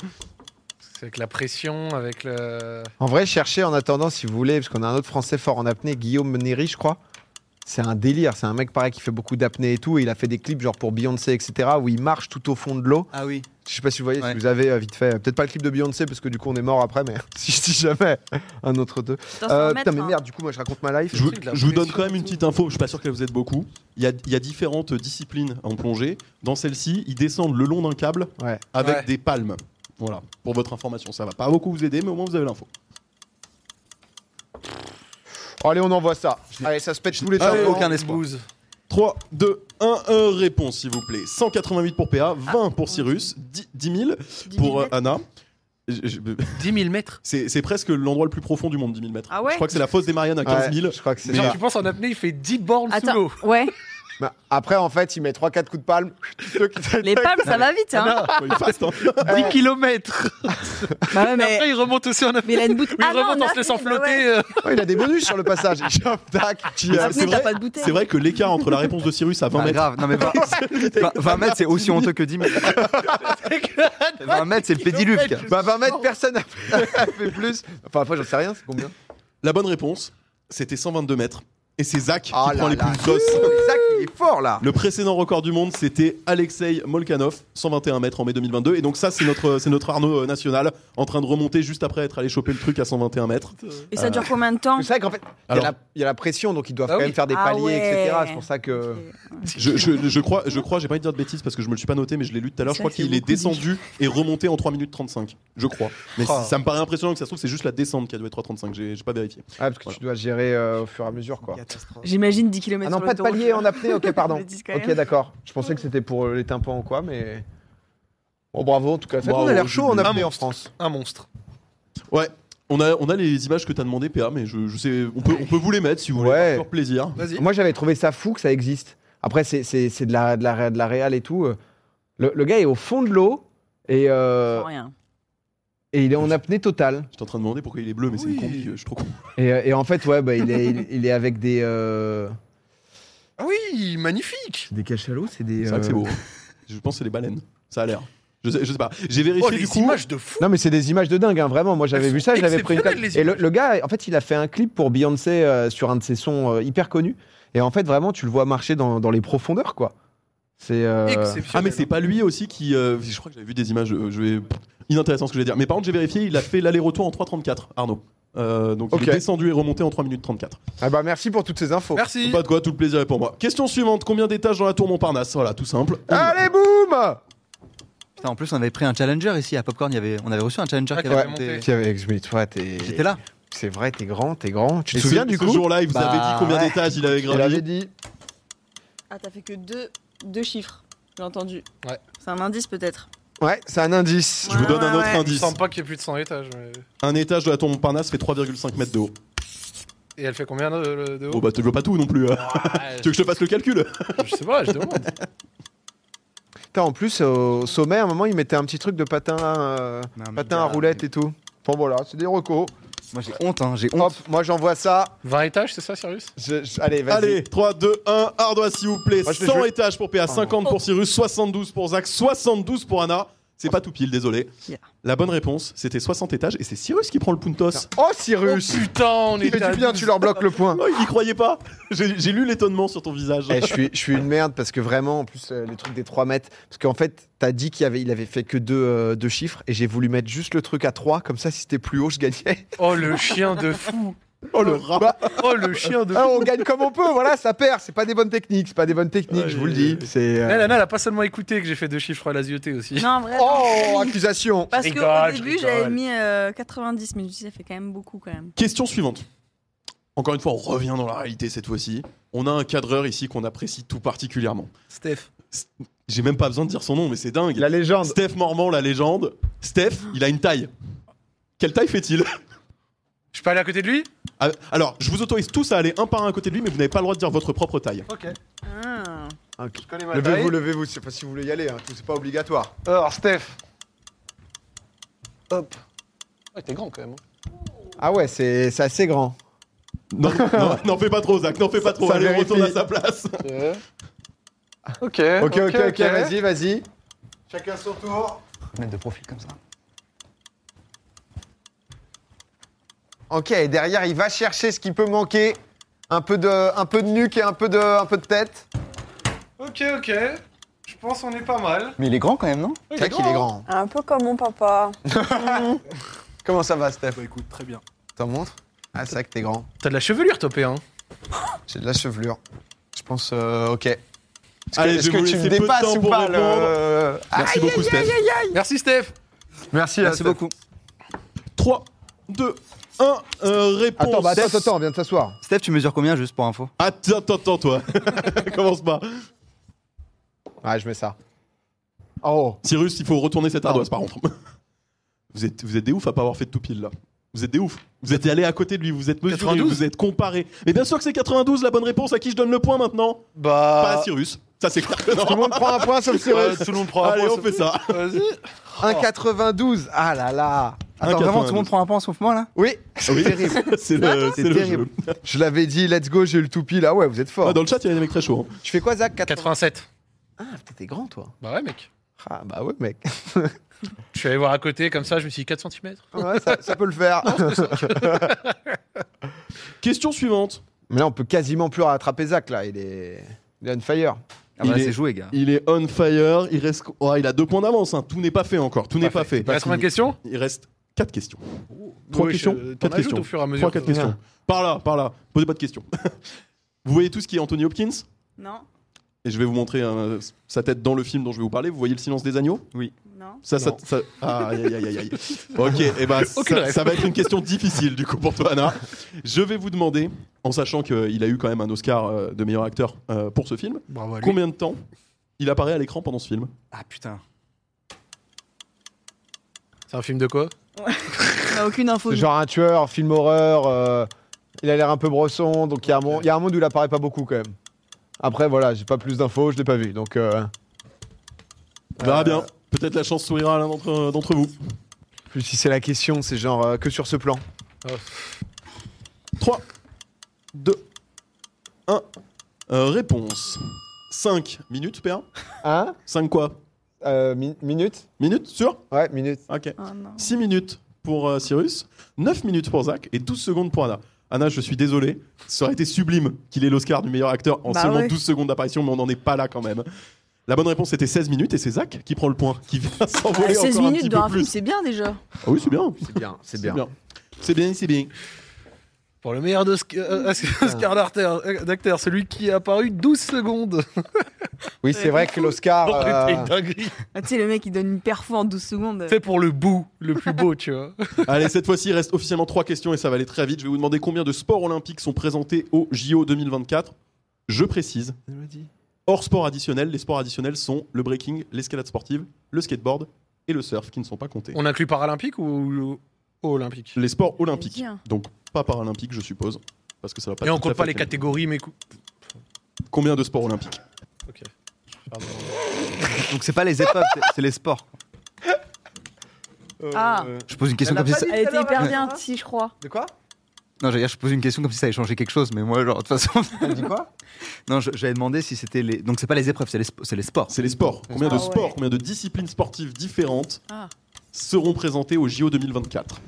D: C'est avec la pression, avec le.
B: En vrai, cherchez en attendant si vous voulez, parce qu'on a un autre Français fort en apnée, Guillaume Néry, je crois. C'est un délire. C'est un mec pareil qui fait beaucoup d'apnée et tout. Et il a fait des clips genre pour Beyoncé, etc., où il marche tout au fond de l'eau.
C: Ah oui.
B: Je sais pas si vous voyez,
C: Ouais.
B: si vous avez euh, vite fait. Peut-être pas le clip de Beyoncé, parce que du coup on est mort après, mais si je dis jamais un autre deux.
E: Attends,
B: Euh,
E: ça
B: putain, mais
E: hein.
B: merde, du coup moi je raconte ma life.
A: Je, vous-
D: truc de la
A: je vous donne
D: pression
A: quand même
D: et
A: une
D: tout.
A: petite info, je suis pas sûr qu'elle vous aide beaucoup. Il y a, il y a différentes disciplines en plongée. Dans celle-ci, ils descendent le long d'un câble
B: Ouais.
A: avec
D: Ouais.
A: des palmes. Voilà, pour votre information, ça va pas beaucoup vous aider, mais au moins vous avez l'info.
B: Allez, on envoie ça. Allez, ça se pète tous les
D: Ah
B: temps.
A: Allez,
C: aucun espoir.
A: 3, 2, 1, 1, réponse s'il vous plaît. 188 pour PA, 20 pour Cyrus, 10, 000
E: Ah. Dix
A: pour euh,
E: millimètres.
A: Anna. Je- je-
D: 10 000 mètres.
A: C'est c'est presque l'endroit le plus profond du monde, 10 000 mètres.
E: Ah ouais
A: je crois que c'est la fosse des Mariannes à 15 000.
B: Ouais, je crois que c'est
A: Mais-
D: Genre,
B: ça.
D: tu penses en apnée, il fait 10 bornes sous
E: Attends,
D: l'eau.
E: ouais.
B: Bah, après, en fait, il met 3-4 coups de palme.
E: Les palmes, ça va
D: Ah
E: vite, hein.
A: Faut aller fast, hein.
D: 10 km.
E: Bah ouais, mais.
D: Après, il remonte aussi en apnée.
E: Mais Ah il a une bouteille.
D: Oui, il remonte en se laissant flotter. euh.
B: Oh, il a des bonus sur le passage. Il chope, tac. tu-
A: Mais
E: Ah,
A: c'est- c'est
E: t'as
A: vrai-
E: pas de bouteille.
A: C'est vrai que l'écart entre la réponse de Cyrus à 20
C: Pas
A: mètres
C: Ah, grave, non mais 20, 20 20 mètres, c'est aussi honteux que 10 mètres. 20 mètres, c'est le pédiluve. gars.
B: Bah 20 mètres, personne n'a fait plus. Enfin après j'en sais rien, c'est combien
A: La bonne réponse, c'était 122 mètres. Et c'est Zach
B: Ah
C: Oh
A: qui prend
B: là
A: les
B: là.
A: plus d'os.
B: Zach il est fort là
A: Le précédent record du monde, c'était Alexei Molkanov, 121 mètres en mai 2022. Et donc ça, c'est notre, c'est notre Arnaud euh, national en train de remonter juste après être allé choper le truc à 121 mètres.
E: Et ça dure combien de temps
B: C'est vrai qu'en fait, il y, a
A: Alors-
B: la- il y a la pression donc ils doivent
D: Ah
B: quand
D: oui.
B: même faire des
E: Ah
B: paliers,
E: ouais.
B: etc. C'est pour ça que. euh,
A: Je, je- je crois, je crois, j'ai pas envie de dire de bêtises parce que je me le suis pas noté, mais je l'ai lu tout à l'heure. Je
E: Ça
A: crois
E: fait
A: qu'il est
E: beaucoup dire.
A: descendu et remonté en 3 minutes 35. Je crois. Mais
D: Oh.
A: ça me paraît impressionnant que ça se trouve, c'est juste la descente qui a dû être 3,35. J'ai j'ai pas vérifié.
B: Ah, parce que tu dois gérer euh, au fur et à mesure quoi.
E: Hein. J'imagine 10 km
B: Ah non, pas de palier en apnée, ok, pardon. Ok, d'accord. Je pensais que c'était pour euh, les tympans ou quoi, mais. Bon, bravo en tout cas. C'est
A: Bravo,
B: on a l'air chaud en
A: Julie.
B: apnée
D: Ah,
B: en France.
D: Un monstre.
A: Ouais. On a, on a les images que t'as demandé, PA, mais je, je sais, on peut, on peut vous les mettre si vous voulez.
B: Ouais.
A: Pour plaisir.
D: Vas-y.
B: Moi j'avais trouvé ça fou que ça existe. Après, c'est- c'est c'est de la, de, la, de la réal et tout. euh. Le, le gars est au fond de l'eau et, euh,
E: Rien.
B: et il est en apnée totale.
A: J'étais en train de demander pourquoi il est bleu, mais c'est une
D: Oui.
A: combi, euh, je suis trop con.
B: Et, euh, et en fait, ouais, bah, il, est, il, il est avec des. euh,
D: Ah oui, magnifique.
B: C'est des cachalots, c'est des.
A: C'est vrai que c'est
B: euh,
A: beau. Je pense que c'est les baleines. Ça a l'air. Je sais, je sais pas. J'ai vérifié
D: Oh, les
A: du coup.
D: images de fou.
B: Non, mais c'est des images de dingue, hein, vraiment. Moi, j'avais
D: Elles
B: vu
D: sont
B: ça, je l'avais pris une claque.
D: exceptionnelles, les
B: Et le,
D: images.
B: le gars, en fait, il a fait un clip pour Beyoncé euh, sur un de ses sons euh, hyper connus. Et en fait, vraiment, tu le vois marcher dans, dans les profondeurs, quoi. C'est. euh,
D: Exceptionnel.
A: Ah mais c'est pas lui aussi qui. euh, je crois que j'avais vu des images. euh, je vais inintéressant ce que je vais dire. Mais par contre j'ai vérifié. Il a fait l'aller-retour en 3:34. Arnaud. Euh, donc
B: Ok.
A: il est descendu et remonté en 3 minutes 34.
B: Ah bah, merci pour toutes ces infos.
D: Merci.
A: Pas de quoi, tout le plaisir est pour moi. Question suivante, combien d'étages dans la tour Montparnasse Voilà, tout simple. On y va.
B: Allez, boum
C: Putain, en plus, on avait pris un challenger ici à Popcorn. il y avait- on avait reçu un challenger
D: Ah,
C: qui
D: t'avais
C: avait
D: monté.
C: monté.
B: Tiens, mec, je me dis, toi, t'es.
C: J'étais là.
B: C'est vrai, t'es grand, t'es grand. Tu
A: Et
B: te
A: ce-
B: souviens du
A: ce
B: coup
A: jour-là, il vous
C: Bah,
A: avait dit combien
C: ouais.
A: d'étages il avait
B: Il
A: gravi
B: avait dit.
E: Ah, t'as fait que deux, deux chiffres, j'ai entendu.
D: Ouais.
E: C'est un indice peut-être.
B: Ouais, c'est un indice.
A: Je vous donne un
E: Ouais,
A: autre
E: ouais.
D: Je
A: indice.
D: sens pas qu'il y ait plus de 100 étages. mais-
A: Un étage de la tour Montparnasse fait 3,5 mètres de haut.
D: Et elle fait combien de, de
A: Bon,
D: haut
A: bah, tu veux pas tout non plus. hein.
D: Ah,
A: Tu veux que je te fasse le calcul
D: Je sais pas, je demande.
B: Putain, en plus, euh, au sommet, à un moment, ils mettaient un petit truc de patin, euh,
C: Non, mais
B: patin à
C: gars,
B: roulette
C: mais-
B: et tout. Bon, voilà, c'est des recos.
C: Moi j'ai honte, hein, j'ai
B: Hop,
C: honte.
B: moi, j'envoie ça.
D: 20 étages, c'est ça, Cyrus
B: Je- je- allez, vas-y.
A: Allez, 3, 2, 1, Ardois, s'il vous plaît.
B: Moi, je vais
A: 100
B: jouer.
A: étages pour PA, 50 pour Cyrus, 72 pour Zach, 72 pour Anna. C'est pas tout pile, désolé.
E: Yeah.
A: La bonne réponse, c'était 60 étages et c'est Cyrus qui prend le puntos.
B: Oh, Cyrus
D: Oh, Putain, on
B: Tu
D: est
B: fais
D: à
B: du bien,
D: 12.
B: tu leur bloques le point.
A: Oh, il y croyait pas. J'ai j'ai lu l'étonnement sur ton visage.
B: Eh, je, suis, je suis une merde parce que vraiment, en plus, euh, le truc des 3 mètres. Parce qu'en fait, t'as dit qu'il avait, il avait fait que deux, euh, deux chiffres et j'ai voulu mettre juste le truc à 3. Comme ça, si c'était plus haut, je gagnais.
D: Oh le chien de fou
A: Oh le rat.
D: Oh le chien de fou
B: Alors, Ah, on gagne comme on peut, voilà, ça perd. C'est pas des bonnes techniques, c'est pas des bonnes techniques, je vous le dis. C'est. euh,
D: Elle, elle, elle a pas seulement écouté que j'ai fait deux chiffres à la zioté aussi.
E: Non, en vrai.
B: Oh,
E: non.
B: accusation
E: Parce
D: Je rigole,
E: qu'au
D: je
E: début, j'avais
D: rigole.
E: mis euh, 90, mais je me suis dit, ça fait quand même beaucoup quand même.
A: Question suivante. Encore une fois, on revient dans la réalité cette fois-ci. On a un cadreur ici qu'on apprécie tout particulièrement.
D: Steph.
A: J'ai même pas besoin de dire son nom, mais c'est dingue.
B: La légende.
A: Steph Mormand, la légende. Steph, il a une taille. Quelle taille fait-il
D: Je peux aller à côté de lui
A: Ah, Alors, je vous autorise tous à aller un par un à côté de lui, mais vous n'avez pas le droit de dire votre propre taille.
D: Ok.
E: Ah.
D: Je connais ma taille.
B: Levez-vous, levez-vous, c'est pas si vous voulez y aller, hein, tout, c'est pas obligatoire.
D: Alors Steph. Hop. Ouais, t'es grand quand même.
B: Ah ouais, c'est c'est assez grand.
A: Non, non, n'en fais pas trop, Zach, n'en fais pas trop.
B: Ça
A: Allez, on
B: vérifie.
A: retourne à sa place.
D: Ok.
B: Euh. Ok, ok, ok, vas-y, vas-y. Chacun son tour.
C: Mettre de profil comme ça.
B: Ok, et derrière, il va chercher ce qui peut manquer. Un peu de, un peu de nuque et un peu de, un peu de tête.
D: Ok, ok. Je pense on est pas mal.
C: Mais il est grand quand même, non
B: C'est vrai qu'il est grand. hein.
E: Un peu comme mon papa.
B: Comment ça va,
A: Bah,
B: Steph
D: écoute, très bien.
B: T'en montres Ah, c'est vrai que t'es grand.
D: T'as de la chevelure, topé, hein
B: J'ai de la chevelure. Je pense, euh, ok. Est-ce que,
A: Allez, je
B: est-ce
A: vais vous
B: que tu
A: laisser
B: me
A: peu de
B: dépasses
A: temps
B: ou
A: pour
B: pas le...
A: répondre. Merci beaucoup, Steph.
D: Merci, Steph
B: Merci,
C: Merci beaucoup.
A: 3, 2, 1, euh, réponse.
B: Attends, bah,
A: Steph.
B: attends, attends, viens de s'asseoir.
C: Steph, tu mesures combien juste pour info
A: Attends, attends, attends, toi. Commence pas.
B: Ouais, je mets ça. Oh,
A: Cyrus, il faut retourner cette ardoise,
B: Ah
A: par contre. Vous êtes, vous êtes des ouf à pas avoir fait de tout pile, là. Vous êtes des ouf. Vous êtes allé à côté de lui, vous êtes mesuré,
D: 92.
A: vous êtes comparé. Mais bien sûr que c'est 92 la bonne réponse. À qui je donne le point maintenant Pas
D: Bah.
A: à Cyrus. Ça, c'est clair.
B: tout le
A: Non.
B: monde prend un point sauf
D: euh,
B: Cyrus.
D: tout le monde prend un
A: Allez,
D: point,
A: on fait ça.
D: Vas-y.
B: 1,92. Oh. Ah là là.
C: Attends, vraiment, tout le monde prend un point sauf moi là
B: Oui,
A: Oui.
B: c'est terrible.
A: C'est le, c'est le
B: terrible.
A: jeu.
B: Je l'avais dit, let's go, j'ai eu le toupie là. Ouais, vous êtes
A: Ah,
B: fort.
A: dans le chat, il y a des mecs très chauds. hein.
B: Tu fais quoi, Zach
D: 87.
B: Ah, putain, t'es grand toi.
D: Bah ouais, mec.
B: Ah, bah ouais, mec.
D: Je suis allé voir à côté, comme ça, je me suis dit 4 cm.
B: Ouais, ça, ça peut le faire.
A: Question suivante.
B: Mais là, on peut quasiment plus rattraper Zach là. Il est. Il est on fire.
C: Ah bah
A: Il
C: là,
A: est-
C: c'est joué, gars.
A: Il est on fire. Il reste. oh, il a deux points d'avance. hein. Tout n'est pas fait encore. Tout n'est pas fait.
D: Il reste combien de questions
A: Il reste quatre questions. Trois
D: Oui,
A: questions,
D: je-
A: quatre
D: T'en ajoutes
A: questions.
D: au fur et à mesure.
A: Trois, quatre questions. Par là, par là. Posez pas de questions. vous voyez tout ce qui est Anthony Hopkins
E: Non,
A: Et je vais vous montrer euh, sa tête dans le film dont je vais vous parler. Vous voyez le silence des agneaux
E: non.
A: Ça, ça,
D: Non.
A: ça- Ah, aïe, aïe, aïe, aïe, aïe. Ok, et ben,
D: Aucune
A: ça,
D: ref.
A: ça va être une question difficile du coup pour toi, Anna. Je vais vous demander, en sachant qu'il a eu quand même un Oscar euh, de meilleur acteur euh, pour ce film,
D: Bravo à lui.
A: combien de temps il apparaît à l'écran pendant ce film
C: Ah putain.
D: C'est un film de quoi
E: On a aucune info.
B: C'est
E: nous.
B: genre un tueur, film horreur. euh, il a l'air un peu brosson, donc il y, a un monde- il y a un monde où il apparaît pas beaucoup quand même. Après, voilà, j'ai pas plus d'infos, je l'ai pas vu. Donc. euh,
A: On verra
E: Ah,
B: Euh,
A: bien. Peut-être la chance sourira à l'un d'entre euh, d'entre vous.
B: Plus si c'est la question, c'est genre euh, que sur ce plan.
A: 3, 2, 1. Euh, réponse. 5 minutes, PA
B: Hein
A: 5 quoi
B: Euh, mi- Minute
A: Minutes, sûr
B: Ouais, minute.
A: Ok.
E: Oh, non.
A: 6 minutes pour euh, Cyrus, 9 minutes pour Zach et 12 secondes pour Anna. Anna, je suis désolé, ça aurait été sublime qu'il ait l'Oscar du meilleur acteur en
E: Bah
A: seulement
E: ouais.
A: 12 secondes d'apparition, mais on n'en est pas là quand même. La bonne réponse était 16 minutes et c'est Zach qui prend le point, qui vient
E: Ah,
A: s'envoler
E: 16
A: encore un petit
E: minutes
A: peu
E: dans un film,
A: plus.
E: c'est bien déjà.
A: Ah oui, c'est bien.
B: C'est bien, c'est bien.
A: C'est bien, c'est bien.
D: Pour le meilleur de
B: Ah.
D: Osc- euh, Oscar d'acteur- d'acteur, celui qui est apparu 12 secondes.
B: Oui, c'est vrai que l'Oscar.
D: Oh,
B: euh,
D: t'es une dinguerie.
E: Ah, tu sais, le mec, il donne une perfo en 12 secondes.
D: C'est pour le bout, le plus beau, tu vois.
A: Allez, cette fois-ci, il reste officiellement 3 questions et ça va aller très vite. Je vais vous demander combien de sports olympiques sont présentés au JO 2024. Je précise, hors sport additionnel, les sports additionnels sont le breaking, l'escalade sportive, le skateboard et le surf qui ne sont pas comptés.
D: On inclut paralympique ou olympique
A: Les sports olympiques.
E: Bien.
A: Donc pas paralympiques, je suppose. Parce que ça va pas
D: Et on
A: tout à
D: compte
A: fait
D: pas les
A: être-
D: catégories, mais. cou-
A: Combien de sports olympiques
D: Pardon.
C: Donc c'est pas les épreuves, c'est- c'est les sports.
E: Ah.
C: Je pose une question
B: Elle a
C: comme
B: pas Bah
C: si ça...
B: dit-
E: Elle était hyper
B: Ouais.
E: bien, si je crois.
B: De quoi
C: Non, j'allais dire, je pose une question comme si ça allait changer quelque chose, mais moi, genre, de toute façon...
B: T'as dit quoi
C: non, je- j'avais demandé si c'était les... Donc c'est pas les épreuves, c'est les, sp- c'est les sports.
A: C'est les sports. Combien de
E: Ah ouais.
A: sports, combien de disciplines sportives différentes
E: Ah.
A: seront présentées au JO 2024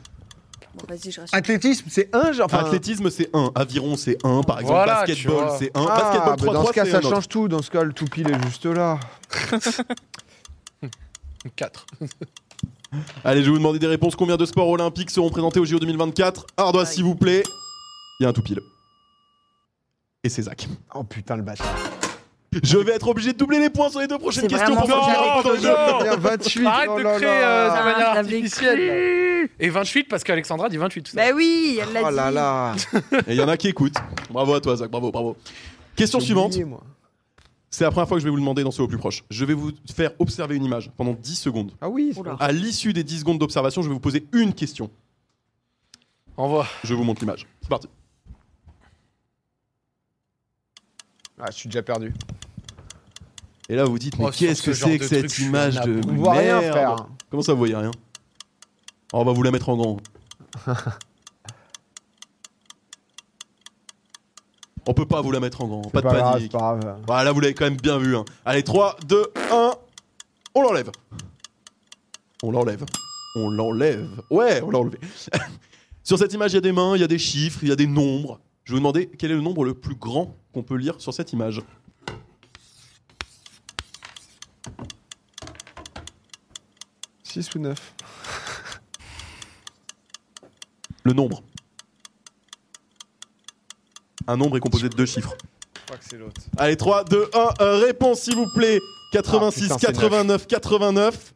E: Bon, vas-y, je rassure.
B: Athlétisme, c'est un genre. enfin,
A: Athlétisme, c'est 1. Aviron, c'est 1. Par exemple,
D: Ah. Voilà, tu
A: basketball,
D: vois.
A: c'est 1.
B: Ah, bah,
A: basketball
B: dans ce
A: 3-3,
B: cas,
A: c'est
B: ça
A: un autre.
B: change tout. Dans ce cas, le tout pile est juste là.
D: 4.
A: Allez, je vais vous demander des réponses. Combien de sports olympiques seront présentés au JO 2024 Ardois,
E: Aïe.
A: s'il vous plaît. Il y a un tout pile. Et c'est Zach.
B: Oh putain, le bâtard.
A: Je vais être obligé de doubler les points sur les deux prochaines
E: C'est
A: questions pour
E: vraiment
A: que
E: pas
A: j'arrive
D: grave.
A: dans le
D: Non,
A: jeu.
D: non.
B: Il y a 28.
D: Arrête
B: oh
D: de
B: là
D: créer
B: là.
D: euh, de
E: Ah,
D: manière
E: je l'avais
D: artificielle. Et 28 parce qu'Alexandra dit 28. tout à l'heure.
E: Bah oui, elle l'a
B: Oh
E: dit.
B: là là.
A: Et il y en a qui écoutent. Bravo à toi, Zach. Bravo, bravo. Question
B: J'ai
A: suivante.
B: oublié, moi.
A: C'est la première fois que je vais vous le demander dans ce au plus proche. Je vais vous faire observer une image pendant 10 secondes.
B: Ah oui. c'est
E: Oula.
A: À l'issue des 10 secondes d'observation, je vais vous poser une question.
D: Envoie.
A: Je vous montre l'image. C'est parti.
B: Ah, je suis déjà perdu.
A: Et là, vous dites, mais
D: Oh, sur
A: qu'est-ce
D: ce
A: que
D: genre
A: c'est
D: de
A: que
D: truc,
A: cette
D: je suis
A: image
D: un
A: de
D: nabo.
B: On voit rien,
A: merde
B: frère.
A: Comment ça, vous voyez rien Oh, On va vous la mettre en grand. on peut pas vous la mettre en grand. Pas de
B: grave,
A: panique.
B: c'est pas grave.
A: Voilà, là, vous l'avez quand même bien vu. hein. Allez, 3, 2, 1. On l'enlève. On l'enlève. On l'enlève. Ouais, on l'a enlevé. sur cette image, il y a des mains, il y a des chiffres, il y a des nombres. Je vais vous demander quel est le nombre le plus grand qu'on peut lire sur cette image.
B: Six ou neuf.
A: Le nombre. Un nombre est composé de deux chiffres.
B: Je crois que c'est l'autre.
A: Allez, 3, 2, 1. euh, réponse, s'il vous plaît. 86,
B: Ah, putain, c'est
A: 89, 89.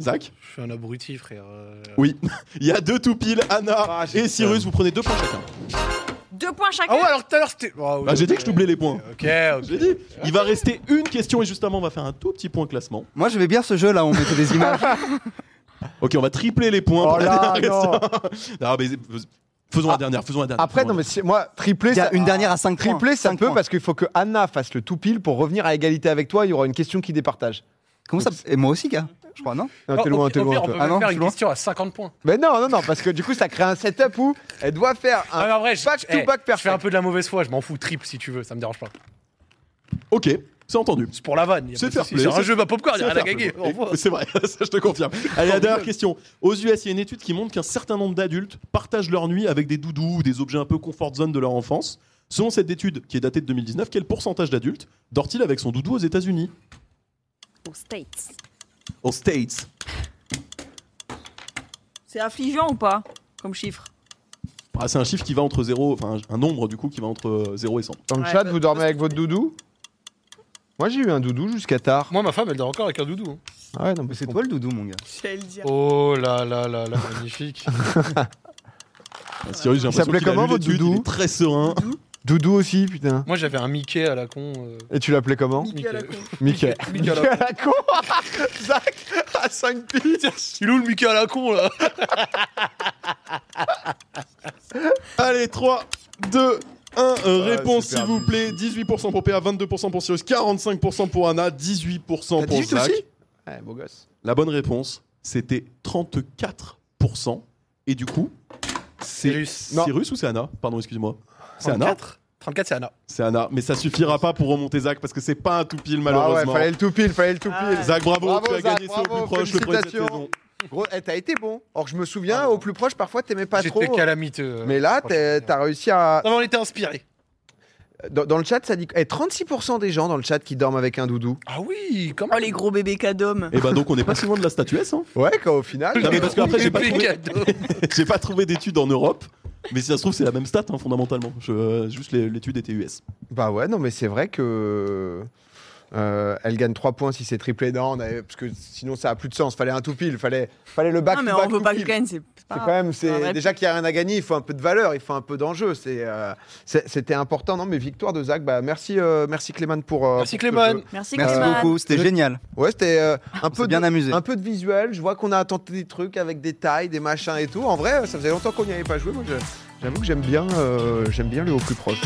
A: Zach
D: Je suis un abruti, frère. Euh,
A: Oui. Il y a deux tout pile, Anna
B: Ah, j'ai
A: et Cyrus. Vous prenez deux points chacun.
E: Deux points chacun.
D: Ah ouais, alors tout à l'heure c'était. Oh, oui,
A: Bah, j'ai dit
D: ok.
A: que je doublais les points.
D: Ok, ok.
A: Je l'ai dit. Il va rester une question et juste avant, on va faire un tout petit point classement.
C: Moi, j'aimais bien ce jeu-là, on mettait des images.
A: Ok, on va tripler les points.
B: Oh
A: pour la
B: là,
A: dernière
B: non. Ah,
A: question. Non, mais fais- faisons la dernière, faisons la dernière.
B: Après,
A: faisons la
B: non, mais c'est- moi, tripler,
C: Il y
B: ça,
C: a une dernière à 5 points.
B: tripler, ça
C: Cinq
B: peut
C: points.
B: parce qu'il faut que Anna fasse le tout pile pour revenir à égalité avec toi. Il y aura une question qui départage.
C: Comment ça Et moi aussi, gars Je crois, non
B: Non, t'es
D: Oh,
B: loin,
D: au-
B: t'es
D: au
B: loin.
D: pire, on
B: toi.
D: peut
C: Ah
D: même
C: non,
D: faire
C: je suis
D: une
C: loin.
D: question à 50 points.
B: Mais non, non, non, parce que du coup, ça crée un setup où elle doit faire
D: Ah,
B: un.
D: mais en vrai, je,
B: back to
D: eh,
B: back
D: je fais un
B: perfect.
D: peu de la mauvaise foi, je m'en fous, triple si tu veux, ça me dérange pas.
A: dernière. Ok, c'est entendu.
D: C'est pour la vanne. y a
A: C'est
D: pas de
A: fair
D: souci.
A: play,
D: C'est un
A: c'est-
D: jeu à popcorn, y
A: C'est
D: Oh, a rien à
A: fair play.
D: gagner. Au revoir.
A: C'est vrai, ça je te confirme. Allez, la dernière question. Aux US, il y a une étude qui montre qu'un certain nombre d'adultes partagent leur nuit avec des doudous ou des objets un peu comfort zone de leur enfance. Selon cette étude, qui est datée de 2019, quel pourcentage d'adultes dort-il avec son doudou aux États-Unis
E: Aux States.
A: Aux States.
E: C'est affligeant ou pas Comme chiffre.
A: Ah, c'est un chiffre qui va entre 0, enfin un nombre du coup qui va entre euh, 0 et 100.
B: Dans le
E: Ouais,
B: chat,
E: bah,
B: vous dormez avec votre doudou Moi, j'ai eu un doudou jusqu'à tard.
D: Moi, ma femme, elle dort encore avec un doudou. hein.
B: Ah ouais, non, mais
C: C'est toi le doudou, mon gars.
E: J'allais le dire.
D: Oh là là là là, magnifique.
A: Ah, Cyrus, j'ai
B: Il
A: l'impression
B: s'appelait
A: qu'il a
B: comment,
A: lu
B: votre
A: l'étude,
B: doudou
A: il est très serein.
B: Doudou aussi, putain.
D: Moi, j'avais un Mickey à la con. euh,
B: Et tu l'appelais comment
E: Mickey à la con.
B: Mickey.
D: Mickey à la
B: à la con Zach à 5 piles
D: Il est où le Mickey à la con là
A: Allez, 3, 2, 1.
B: Ah,
A: euh, réponse,
B: super
A: s'il vous plaît. 18% pour PA, 22% pour Cyrus, 45% pour Anna, 18% pour Zach.
B: Ouais, beau gosse.
A: La bonne réponse, c'était 34%. Et du coup, c'est
D: Cyrus.
B: Ah
D: Non.
A: Cyrus ou c'est Anna Pardon, excuse-moi. C'est Anna
D: 34 34, c'est Anna.
A: C'est Anna. Mais ça suffira pas pour remonter Zach parce que c'est pas un tout pile,
B: Ah ouais,
A: malheureusement.
B: fallait le tout pile, fallait le tout pile.
E: Ah ouais.
A: Zach, bravo,
B: Bravo,
A: tu as
B: Zach,
A: gagné ça au
B: bravo,
A: plus proche, le premier de cette
B: félicitations.
A: saison.
B: Gros, eh, t'as été bon. Or, je me souviens,
D: Ah,
B: au plus proche, parfois, t'aimais pas trop.
D: J'étais calamiteux. euh,
B: Mais là, t'es-
D: franchement.
B: t'as réussi à.
D: Non, mais on était inspirés.
B: Dans, dans le chat, ça dit. Eh, 36% des gens dans le chat qui dorment avec un doudou.
D: Ah oui, comment
E: Oh les gros bébés cadomes.
A: Et bah donc, on n'est pas si loin de la statuesse. Hein.
B: Ouais, quand au final.
A: Non, mais parce qu'après, j'ai pas trouvé-
D: cadeau.
A: J'ai pas trouvé d'études en Europe, mais si ça se trouve, c'est la même stat hein, fondamentalement. Je- euh, juste les- l'étude était US.
B: Bah ouais, non, mais c'est vrai que. euh, elle gagne 3 points si c'est triplé non, on avait- parce que sinon ça a plus de sens. Fallait un tout pile, fallait, fallait le bac.
E: Non, mais
B: to
E: on
B: back
E: veut
B: to
E: pas que
B: pile.
E: je gagne, c'est pas.
B: C'est quand même,
E: un
B: c'est
E: vrai
B: déjà qu'il n'y a rien à gagner, il faut un peu de valeur, il faut un peu d'enjeu. C'est, euh, c'est- c'était important, non Mais victoire de Zach, bah merci, euh, merci Clément pour. euh,
D: Merci
B: pour ce
D: Clément.
B: jeu.
E: Merci,
C: Merci
E: Clément.
C: beaucoup, c'était
B: Je-
C: génial.
B: Ouais, c'était euh, un
C: On s'est
B: peu
C: bien
B: de,
C: amusé.
B: un peu de visuel. Je vois qu'on a tenté des trucs avec des tailles, des machins et tout. En vrai, ça faisait longtemps qu'on n'y avait pas joué. Moi, je- J'avoue que j'aime bien, euh, j'aime bien le au plus proche.